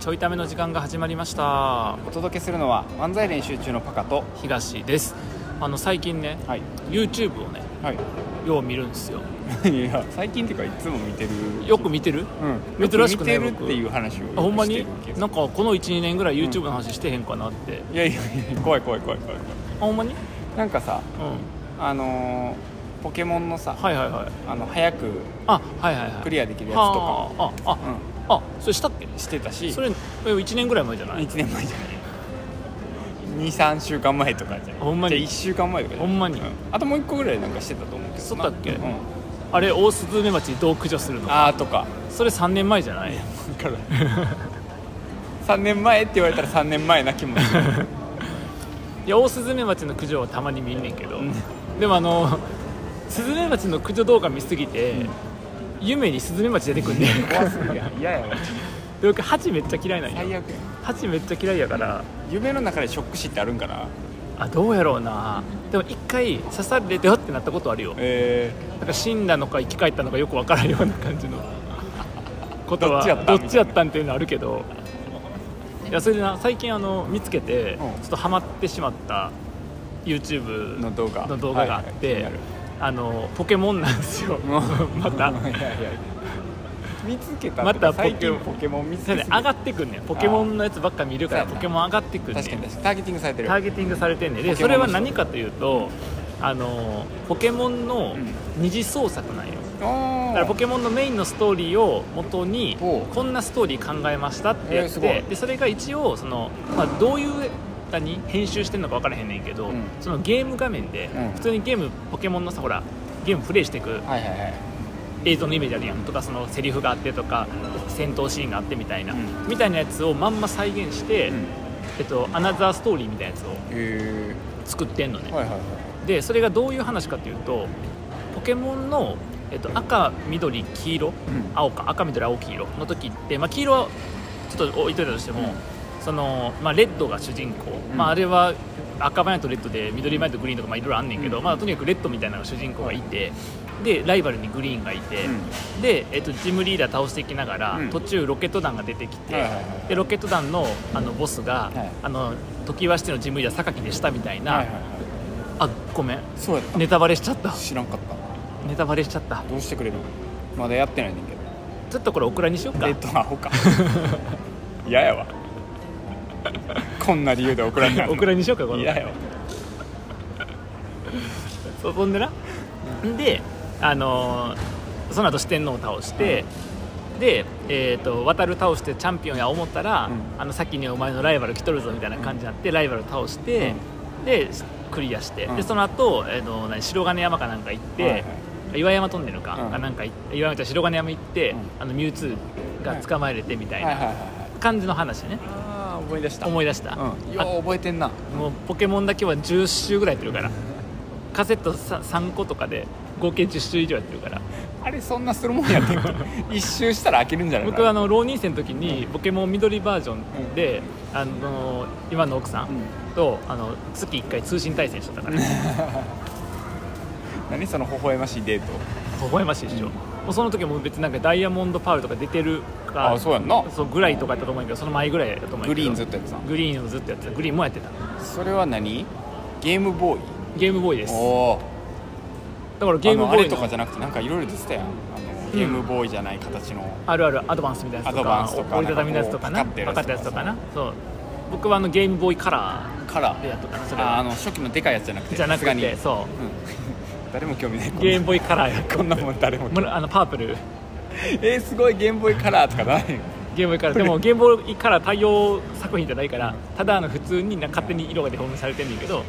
ちょいための時間が始まりましたお届けするのは漫才練習中のパカと東ですあの最近ねはい YouTube をねはいよう見るんですよ いや最近っていうかいつも見てるよく見てるうん珍しくねよく見てるっていう話をあほんましてにるけどなんかこの12年ぐらい YouTube の話してへんかなって、いやいやいや怖い怖い怖い怖い怖いあほんまにうんなんかさあのーポケモンのさ、はいはいはいあの早くあはいはいはいクリアできるやつとかはあああ、あそれしたっけうん、してたしそれ1年ぐらい前じゃない1年前じゃ ない23週間前とかじゃないほんまに1週間前とかじほゃないんまにうんあともう1個ぐらいなんかしてたと思うけどなそうだっけうん、あれオオスズメバチどう駆除するのあーとかそれ3年前じゃないから3年前って言われたら3年前な気もするいやオオスズメバチの駆除はたまに見んねんけど、でもあのスズメバチの駆除動画見すぎて、夢にスズメバチ出てくんねん 怖すぎるやん嫌やわで僕ハチめっちゃ嫌いなん最よ悪やんハチめっちゃ嫌いやから夢の中でショック死ってあるんかなあどうやろうなでも一回刺されてよってなったことあるよえなんか死んだのか生き返ったのかよく分からんような感 じのことどっはちやっどたっちやったんっていうのはあるけどいやそれでな最近あの見つけてちょうんっとハマってしまった YouTube ー、の動画の動画があって、はいはいあのポケモンなんです よ気になるま たいやいやいや見つけたままたたポケ最近ポケモン見つそけれてで上がってくんねんポケモンのやつばっか見るからそうポやなケモン上がってくんねん確かに確かにターゲティングされてるターゲティングされてんねんでポケそモンれのは人何かというとあのポケモンのうん二次創作なんよ、あだーからポケモンのメインのストーリーを元におうこんなストーリー考えましたってやっえーすて、ごいでそれが一応その、まあ、どういう何編集してるのか分からへんねんけど、うんそのゲーム画面で、うん普通にゲームポケモンのさほらゲームプレイしていくはいはいはい映像のイメージあるやんとかそのセリフがあってとか戦闘シーンがあってみたいな、うんみたいなやつをまんま再現して、うんえっと、アナザーストーリーみたいなやつをへ作ってんのねえ、はいはいはいでそれがどういう話かというとポケモンの、えっと、赤緑黄色、ん青か赤緑青黄色の時って、まあ、黄色はちょっと置いといたとしても、うんそのまあ、レッドが主人公、うんまあ、あれは赤マヤとレッドで緑マヤとグリーンとかまあいろいろあんねんけど、うんまあ、とにかくレッドみたいなのが主人公がいて、でライバルにグリーンがいて、うで、えっと、ジムリーダー倒していきながら、うん途中ロケット団が出てきて、はいはいはいでロケット団のあのボスが、はいあの時はしてのジムリーダー榊でしたみたいな、はいはいはいあごめんそうやった、ネタバレしちゃった知らんかったネタバレしちゃったどうしてくれるのまだやってないねんけどちょっとこれオクラにしよっかえっとアホ か嫌やわこんな理由で送られないオクラにしようかこの嫌やわそうほんでなであのーその後四天王を倒して、で、えー、と渡る倒してチャンピオンや思ったら、うあの先にお前のライバル来とるぞみたいな感じになって、ライバルを倒して、でクリアして、うんでその後、えー、と何白金山かなんか行って、はいはい岩山トンネルか、うんあなんかい岩山じゃない白金山行って、うんあのミュウツーが捕まえれてみたいはいはいなはいはい感じの話ね、ああ思い出した思い出した、うん、よう覚えてんなもうポケモンだけは10周ぐらいやってるからカセット 3, 個とかで合計10周以上やってるからあれそんなするもんやってんか一周したら飽きるんじゃない僕はあの浪人生の時にポケモン緑バージョンで、あの今の奥さんと、あの月1回通信対戦しとったから微何その微笑ましいデート笑ましいでしょ、もうその時はもう別になんかダイヤモンドパールとか出てるかあそうやんなそうぐらいとかやったと思うんやけどその前ぐらいやったと思うんやグけリどーンずっとやってたグリーンをずっとやってたグリーンもやってたそれは何ゲームボーイゲームボーイですおおだからゲームボあーイれとのかじゃなくてなんかいろいろ出てたやんあのゲームボーイじゃない形の、あるあるアドバンスみたいなやつとアドバンかスとか折りたたみのやつとかななんかこうパカってやつとかなそう僕はあのゲームボーイカラカラーでーやっとったなそれああはの初期のでかいやつじゃなくてじゃなくさすがてにそ誰も興味ないうゲームボーイカラーやっとこんなもん誰も むあのパープルえー、すごいゲームボーイカラーとかないゲームボーイカラーで もゲームボーイカラー対応作品じゃないからただあの普通にな勝手に色がデフォルメされてんねんけど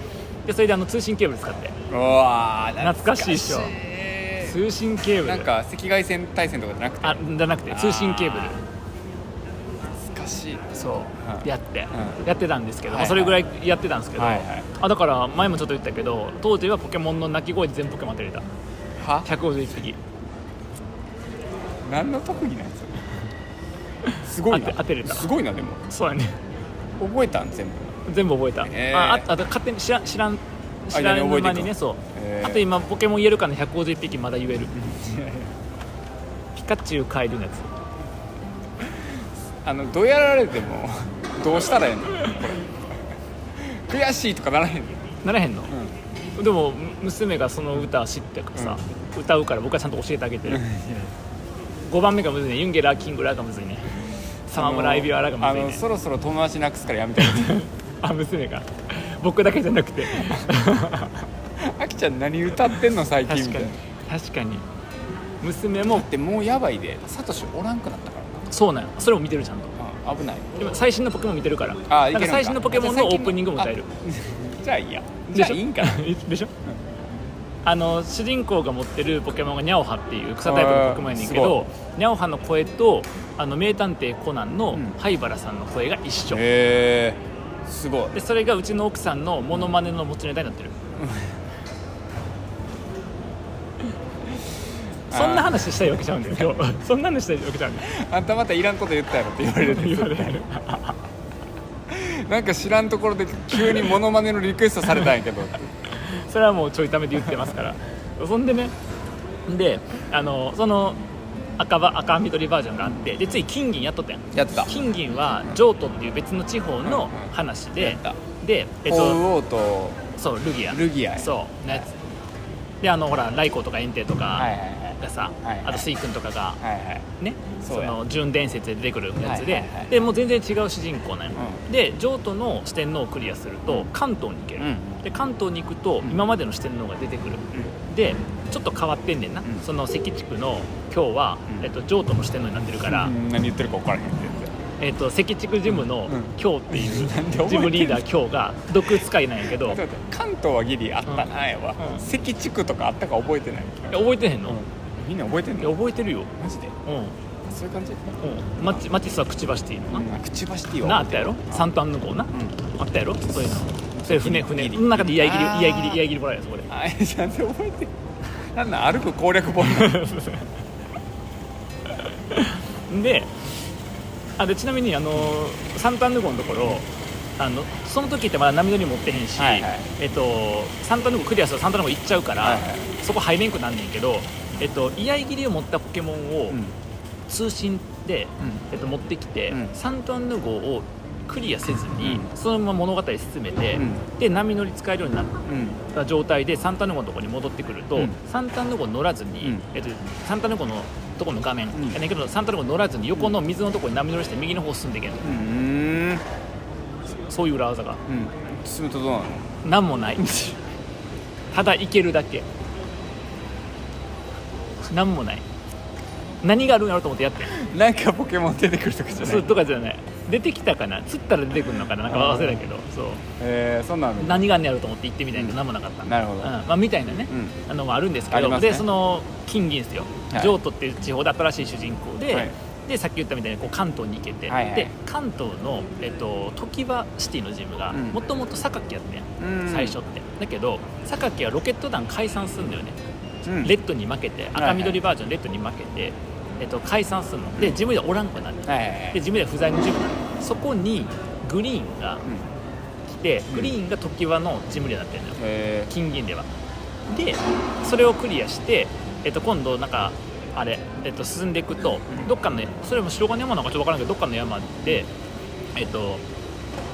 でそれであの通信ケーブル使ってうわー懐かしいっしょ懐かし通信ケーいブなんルか赤外線対戦とかじゃなくてあじゃなくて通信ケーブルあ懐かしいそう、うんやって、うんやってたんですけど、まあはいはいそれぐらいやってたんですけど、はいはいあだから前もちょっと言ったけど当時はポケモンの鳴き声で全部ポケモン当てれたは151匹何の特技なんですかすごい当なて当てれたすごいなでもそうやね覚えたん全部全部覚えた、へーあああと勝手に知らん知らん知ら間んに覚えていく間にねそう、へーあと今ポケモン言えるかの150匹まだ 言えるピカチュウカエルのやつあのどうやられてもどうしたらええのこれ悔しいとかならへんの、ならへんの、でもむ娘がその歌知ってからさ、歌うから僕はちゃんと教えてあげ てる5番目がむずいねユンゲラーキングラーがむずいね沢村エビワラーがあむずいのねそろそろ友達なくすからやめてあ娘が僕だけじゃなく てあきちゃん何歌ってんの最近み確たかいにな確かに娘もでもうやばいでサトシおらんくなったからそうなんよそれも見てるちゃんとなあ危ないでも最新のポケモン見てるからあいなけんるかんか最新のポケモンのオープニングも歌えるじゃあいいやでしじょゃあいいんかな でしょ、あの主人公が持ってるポケモンがニャオハっていう草タイプのポケモンやねんけどニャオハの声とあの名探偵コナンのうん灰原さんの声が一緒、へえすごいでそれがうちの奥さんのモノマネの持ちネタにな ってる、そんな話したいわけちゃうんだよ今日そんな話したいわけちゃうんだよあんたまたいらんこと言ったやろって言われ言わるれるなんか知らんところで急にモノマネのリクエストされたんやけど それはもうちょいためで言ってますからそんでねであのその赤ば赤緑バージョンがあってでつい金銀やっとったやんやった金銀は譲渡っていう別の地方の話で、たで、えっオウと、オウとそうルギアルギアやそうのやつであのほらライコとかエンテイとはいはいかはいがさ、はいはいあとスイ君とかがはいはいねそうそやの純伝説で出てくるやつで、はいはいはいでもう全然違う主人公なんよ、うで譲渡の四天王をクリアすると関東に行ける、うんで関東に行くとん今までの四天王が出てくる、でちょっと変わってんねんな、んその関地区の今日は、うんえっと、譲渡の四天王になってるから、うん何言ってるか分からへん全えっと、関地区ジムのうん今日っていう なんで覚えてんのジムリーダー今日が毒使いなんやけど 然ちょっと待って関東はギリあったなやわうん関地区とかあったか覚えてないいや覚えてへんの、みんな覚えていんやの覚えてるよマジでうん、うん、そういう感じマチマティスはくちばしていいのな、うんくちばしティーなあはったやろ三端の子な、あったやろそういうのそれ船ギ船リの中で居合切りあー居合切り居合切りもらえるよそこであ いやなんで覚えてんのなんなん歩く攻略本なの であでちなみにあのー三端ヌゴのところあのその時ってまだ波乗り持ってへんし、はいはいえっと、三端ヌゴクリアすると三端ヌゴ行っちゃうから、はいはいそこ入れんくなんねんけど、えっと、居合切りを持ったポケモンをうん通信で、えっと、持ってきて、うん三端ヌゴをクリアせずに、うそのまま物語進めて、うんで波乗り使えるようになって。うんった状態でサンタヌゴのところに戻ってくると、うんサンタヌゴ乗らずに、うんえっと、サンタヌゴのとこの画面、んやねんけどサンタヌゴ乗らずに横の水のところに波乗りして右の方進んでいけんのうんうんそういう裏技が進むとどうなの何もない ただ行けるだけ何もない何があるんやろうと思ってやってんなんかポケモン出てくるとかじゃないそうとかじゃない出てきたかな釣ったら出てくるのかななんか合わせだけどそうえー、そんなの何があんねやろうと思って行ってみたいけど何もなかったなるほどうんまあ、みたいなね、あのあるんですけありど、ますねでその金銀ですよ、はい譲渡っていう地方で新しい主人公で,、はいでさっき言ったみたいにこう関東に行けて、はいはいで関東の、えっと、時場シティのジムがうんもともと榊やってんやうん最初ってだけど榊はロケット団解散すんだよね、うんレッドに負けてはい赤緑バージョンレッドに負けて、えっと、解散すんのでジムでおらんくなるはいはいはいでジムで不在のジムになるそこにグリーンがうん来て、んグリーンが時場のジムになってるのよえ金銀ではでそれをクリアして、えっと、今度なんかあれ、えっと、進んでいくとうんどっかのねそれも白金山なのかちょっと分からんけどどっかの山でえっと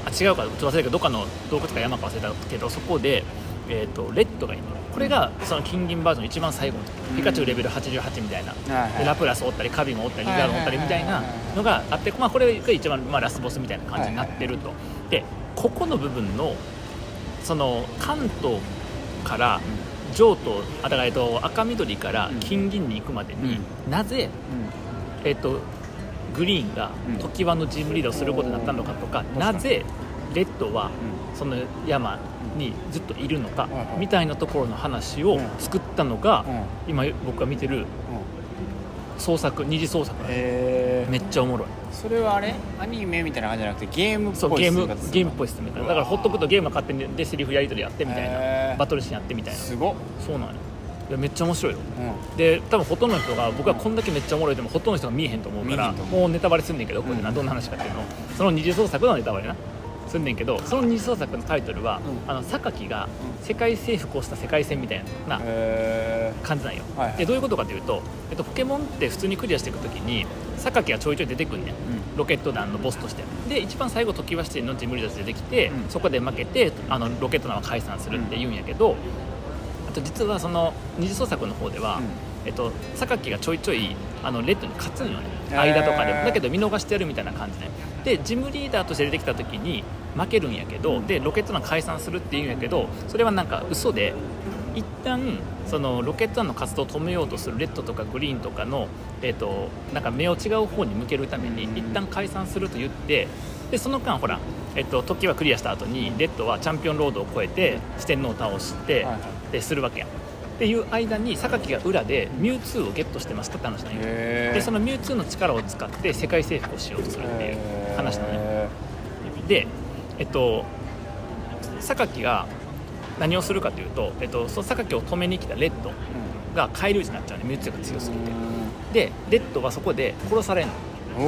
あ違うかちょっと忘れたけどどっかの洞窟か山か忘れたけどそこで、えっと、レッドがいるのこれがその金銀バージョンの一番最後の時うんピカチュウレベル88みたいな、ー、はいではラいプラスおったりカビゴンおったりリザードンおったりみたいはないはいはいはいのがあって、まあ、これが一番、まあ、ラスボスみたいな感じになってると、でここの部分のその関東から上とあだからえっと赤緑からうん金銀に行くまでに、なぜ、えっと、グリーンがうん常盤のジムリードをすることになったのかとか、おーなぜレッドはうんその山にずっといるのかいはいみたいなところの話を作ったのが、うんうん今僕が見てるうん創作二次創作えめっちゃおもろいそれはあれアニメみたいな感じじゃなくてゲームっそぽういゲーム生活するゲームっぽいっすみたいなだからほっとくとゲームが勝手にでセリフやり取りやってみたいへなーバトルシーンやってみたいなすごっ、そうなんやいやめっちゃ面白いようん、で多分ほとんどの人が僕はこんだけめっちゃおもろいでもほとんどの人が見えへんと思うか見えへらんと思もうネタバレすんねんけどこれでなうんどんな話かっていうのをその二次創作のネタバレなすんねんけどその二次創作のタイトルは、うあの榊がう世界征服をした世界戦みたいなえ感じなんよ、はいはいでどういうことかというと、えっと、ポケモンって普通にクリアしていくときに榊がちょいちょい出てくんねんーうんロケット団のボスとしてで一番最後常盤してのジムリダス出てきて、うんそこで負けてあのロケット団は解散するって言うんやけど、あと実はその二次創作の方では、えっと、榊がちょいちょいあのレッドに勝つんよねへー間とかでもだけど見逃してやるみたいな感じねでジムリーダーとして出てきた時に負けるんやけど、うんでロケット団解散するっていうんやけどそれはなんか嘘で一旦そのロケット団の活動を止めようとするレッドとかグリーンとかの、えっとなんか目を違う方に向けるためにうん一旦解散すると言ってでその間ほら、えっと時はクリアした後にレッドはチャンピオンロードを越えて四天王を倒して、はいはいでするわけやんっていう間に榊が裏でミュウツーをゲットしてましたって話なんよへえでそのミュウツーの力を使って世界征服をしようとするっていう話なのねでえっと榊が何をするかというと、えっと、その榊を止めに来たレッドが返り討ちになっちゃうねミュウツーが強すぎてでレッドはそこで殺されんの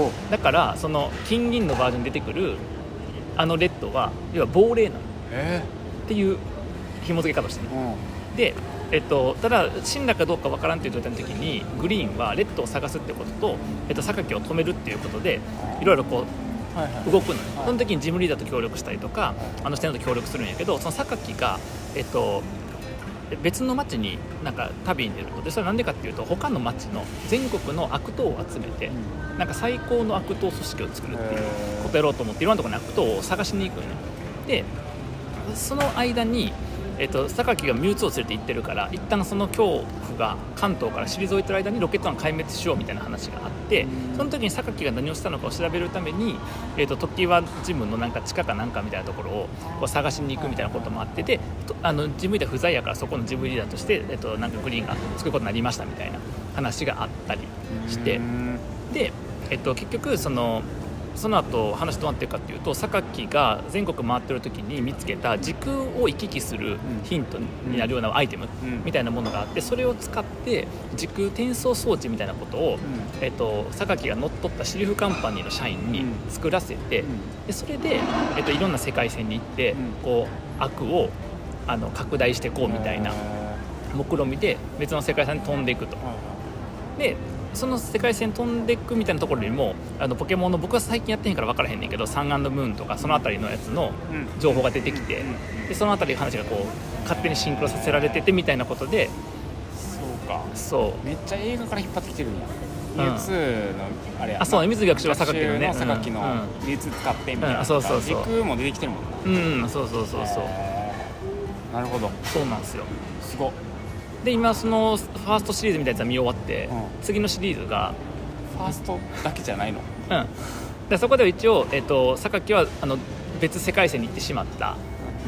おだからその金銀のバージョンに出てくるあのレッドは要は亡霊なのっえていう紐付け方をしてるーうんで、えっと、ただ死んだかどうかわからんという状態の時にグリーンはレッドを探すってことと、えっと、榊を止めるっていうことでいろいろこはいはいう動くのよはいその時にジムリーダーと協力したりとかあの視点と協力するんやけどその榊が、えっと、別の町になんか旅に出るとでそれはなんでかっていうと他の町の全国の悪党を集めてなんか最高の悪党組織を作るっていうことやろうと思っていろんなところに悪党を探しに行くのよでその間に、えっと榊がミュウツーを連れて行ってるから一旦その恐怖が関東から退いてる間にロケットが壊滅しようみたいな話があってその時に榊が何をしたのかを調べるために、えっと時はジムのなんか地下かなんかみたいなところをこう探しに行くみたいなこともあってでとあのジムリーダー不在やからそこのジムリーダーとして、えっとなんかグリーンがつくことになりましたみたいな話があったりして。うんで、えっと、結局そのその後話どうなってるかっていうと榊が全国回ってる時に見つけた時空を行き来するヒントになるようなアイテムうんみたいなものがあってそれを使って時空転送装置みたいなことをう、んえっと、榊が乗っ取ったシリフカンパニーの社員に作らせてでそれで、えっと、いろんな世界線に行ってうんこう悪をあの拡大していこうみたいなへー目論見で別の世界線に飛んでいくと。でその世界線飛んでいくみたいなところよりもあのポケモンの僕は最近やってへんから分からへんねんけど「サンムーン」とかその辺りのやつのうん情報が出てきてうんでその辺りの話がこう勝手にシンクロさせられててみたいなことでそうかそめっちゃ映画から引っ張ってきてるんやうんミュウツーのあれやうあそうね水木学習は榊ののねね榊のミュウツー使ってみたいな、うんあそうそうそう時空も出てきてるもんなうん、うんうんそうそうそうそうへーなるほどそうなんですよすごっで今そのファーストシリーズみたいなやつは見終わって、うん次のシリーズがファーストだけじゃないのうん、でそこでは一応、えっと榊はあの別世界線に行ってしまった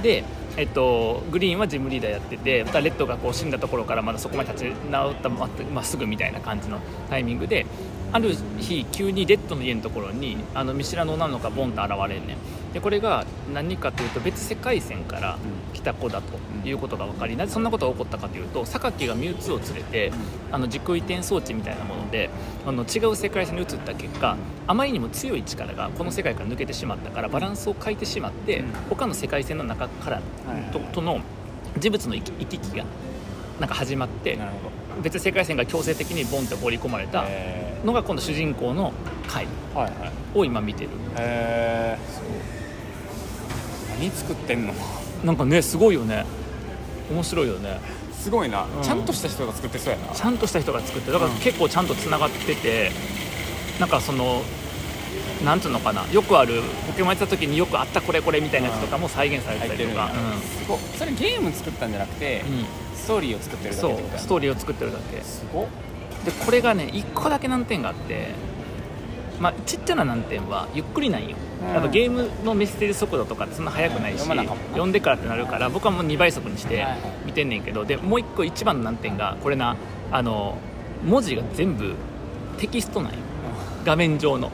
で、えっとグリーンはジムリーダーやっててまたレッドがこう死んだところからまだそこまで立ち直ったままっすぐみたいな感じのタイミングである日急にレッドの家のところにあの見知らぬ女の子がボンと現れんねんでこれが何かというと別世界線から来た子だということが分かりなぜそんなことが起こったかというと榊がミュウツーを連れてあの時空移転装置みたいなものであの違う世界線に移った結果あまりにも強い力がこの世界から抜けてしまったからバランスを変えてしまってうん他の世界線の中からはいととの事物の行き行き来がなんか始まってなるほど別世界線が強制的にボンって放り込まれたえのが今度主人公の回ーはいはいを今見てるえー何作ってんのなんかねすごいよね面白いよねすごいな、うんちゃんとした人が作ってそうやなちゃんとした人が作ってだからうん結構ちゃんとつながってて、なんかそのなんつうのかなよくあるポケモンやってた時によくあったこれこれみたいなやつとかも再現されて入たっりてるとんかや、すごっそれゲーム作ったんじゃなくて、うんうんストーリーを作ってるだそけっうてことやスなトーリーを作ってるだけですごっこれがね1個だけ難点があってまあちっちゃな難点はゆっくりなんよ、うんやっぱゲームのメッセージ速度とかってそんな速くないし、読まなかったな読んでからってなるから僕はもう2倍速にしてはいはい見てんねんけどでもう1個一番の難点がこれなあの文字が全部テキストなんよ画面上の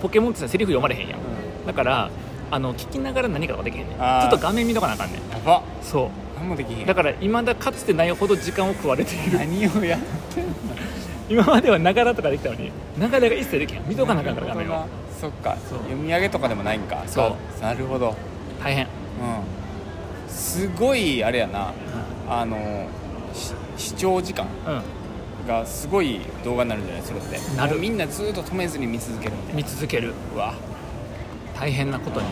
ポケモンってさセリフ読まれへんやんだからあの聞きながら何かができへんねんちあーょっと画面見とかなあかんねんやばそ何もできへうんだからいまだかつてないほど時間を食われている何をやってんの今まではながらとかできたのにながらが一切できへん見とかなあかんから画面をなるほどなそっかそう読み上げとかでもないんかそうあなるほど大変、うんすごいあれやなあのし視聴時間うがすごい動画になるんじゃないそれってなるもうみんなずっと止めずに見続けるみたん、いな見続けるうわ大変なことに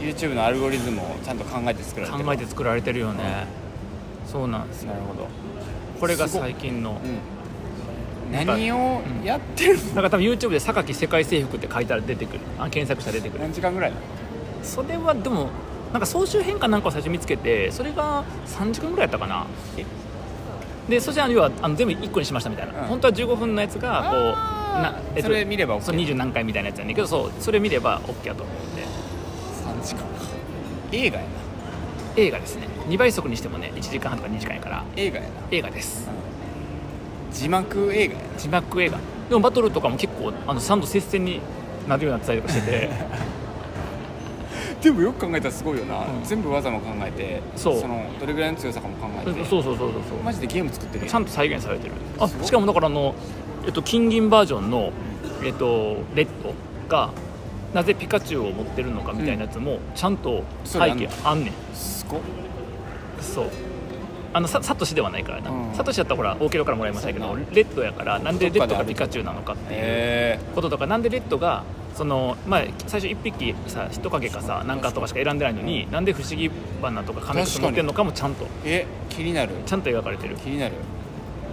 YouTube のアルゴリズムをちゃんと考えて作られてる考えて作られてるよね、そうなんですよなるほど、これがすごい最近のうん、なんか何をやってるなんか多分 YouTube で「榊世界征服」って書いたら出てくるあ検索したら出てくのる何時間ぐらいなそれはでもなんか総集編かなんかを最初見つけてそれが3時間ぐらいやったかなえでそしたら要はあの全部1個にしましたみたいな、うん本当は15分のやつがこうなあーそれ見れば OK そう20何回みたいなやつやねんけどそうそれ見れば OK だと思うんで3時間か映画やな映画ですね2倍速にしてもね1時間半とか2時間やから映画やな映画です字幕映画や字幕映画でもバトルとかも結構あの3度接戦になるようになってたりとかしてて なでもよく考えたらすごいよな、うん全部技も考えてそうのどれぐらいの強さかも考えそうてそうそうそうそうマジでゲーム作ってるやちゃんと再現されてるあすごいしかもだからあの、えっと、金銀バージョンの、えっと、レッドがなぜピカチュウを持ってるのかみたいなやつもちゃんとそ背れあんの景あんねんすごっそうあのさサトシではないからな、うんサトシだったらほら大ケロからもらいましたけそどうレやッドやからなんでレッドどっかがでピカチュウなのかっていうへこととかなんでレッドがその、まあ、最初1匹さ人影かさなんかとかしか選んでないのに、なんで不思議花とかカメクス持ってるのかもちゃんとええ気になるちゃんと描かれてる気になる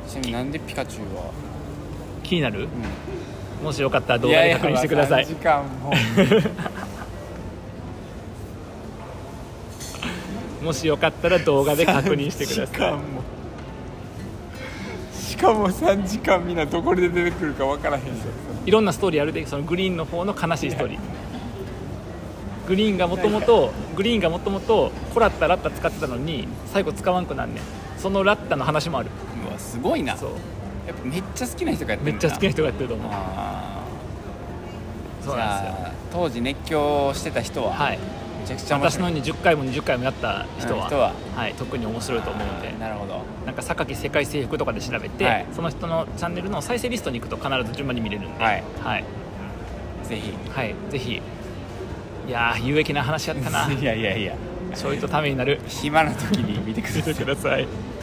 ちなみになんでピカチュウは、気になるうもしよかったら動画で確認してください3時間ももしよかったら動画で確認してくだ3 時さ間いもしかも3時間みんなどこで出てくるか分からへんぞいろんなストーリーあるでそのグリーンの方の悲しいストーリーグリーンがもともとグリーンがもともとコラッタラッタ使ってたのに最後使わんくなんねんそのラッタの話もあるうわすごいなそうやっぱめっちゃ好きな人がやってめるっちゃ好きな人がやってると思うあーそうなんですよじゃあ当時熱狂してた人は、はいめちゃくちゃ面私白のい20回も20回もやった人うは,、、ん人はい特に面白いと思うんでなるほどなんか榊世界征服とかで調べて、はいその人のチャンネルの再生リストに行くと必ず順番に見れるんで、はいはいぜ ひはい、ぜひいやー 有益な話やったないやいやいやちょいとためになる暇な時に見てくださいださい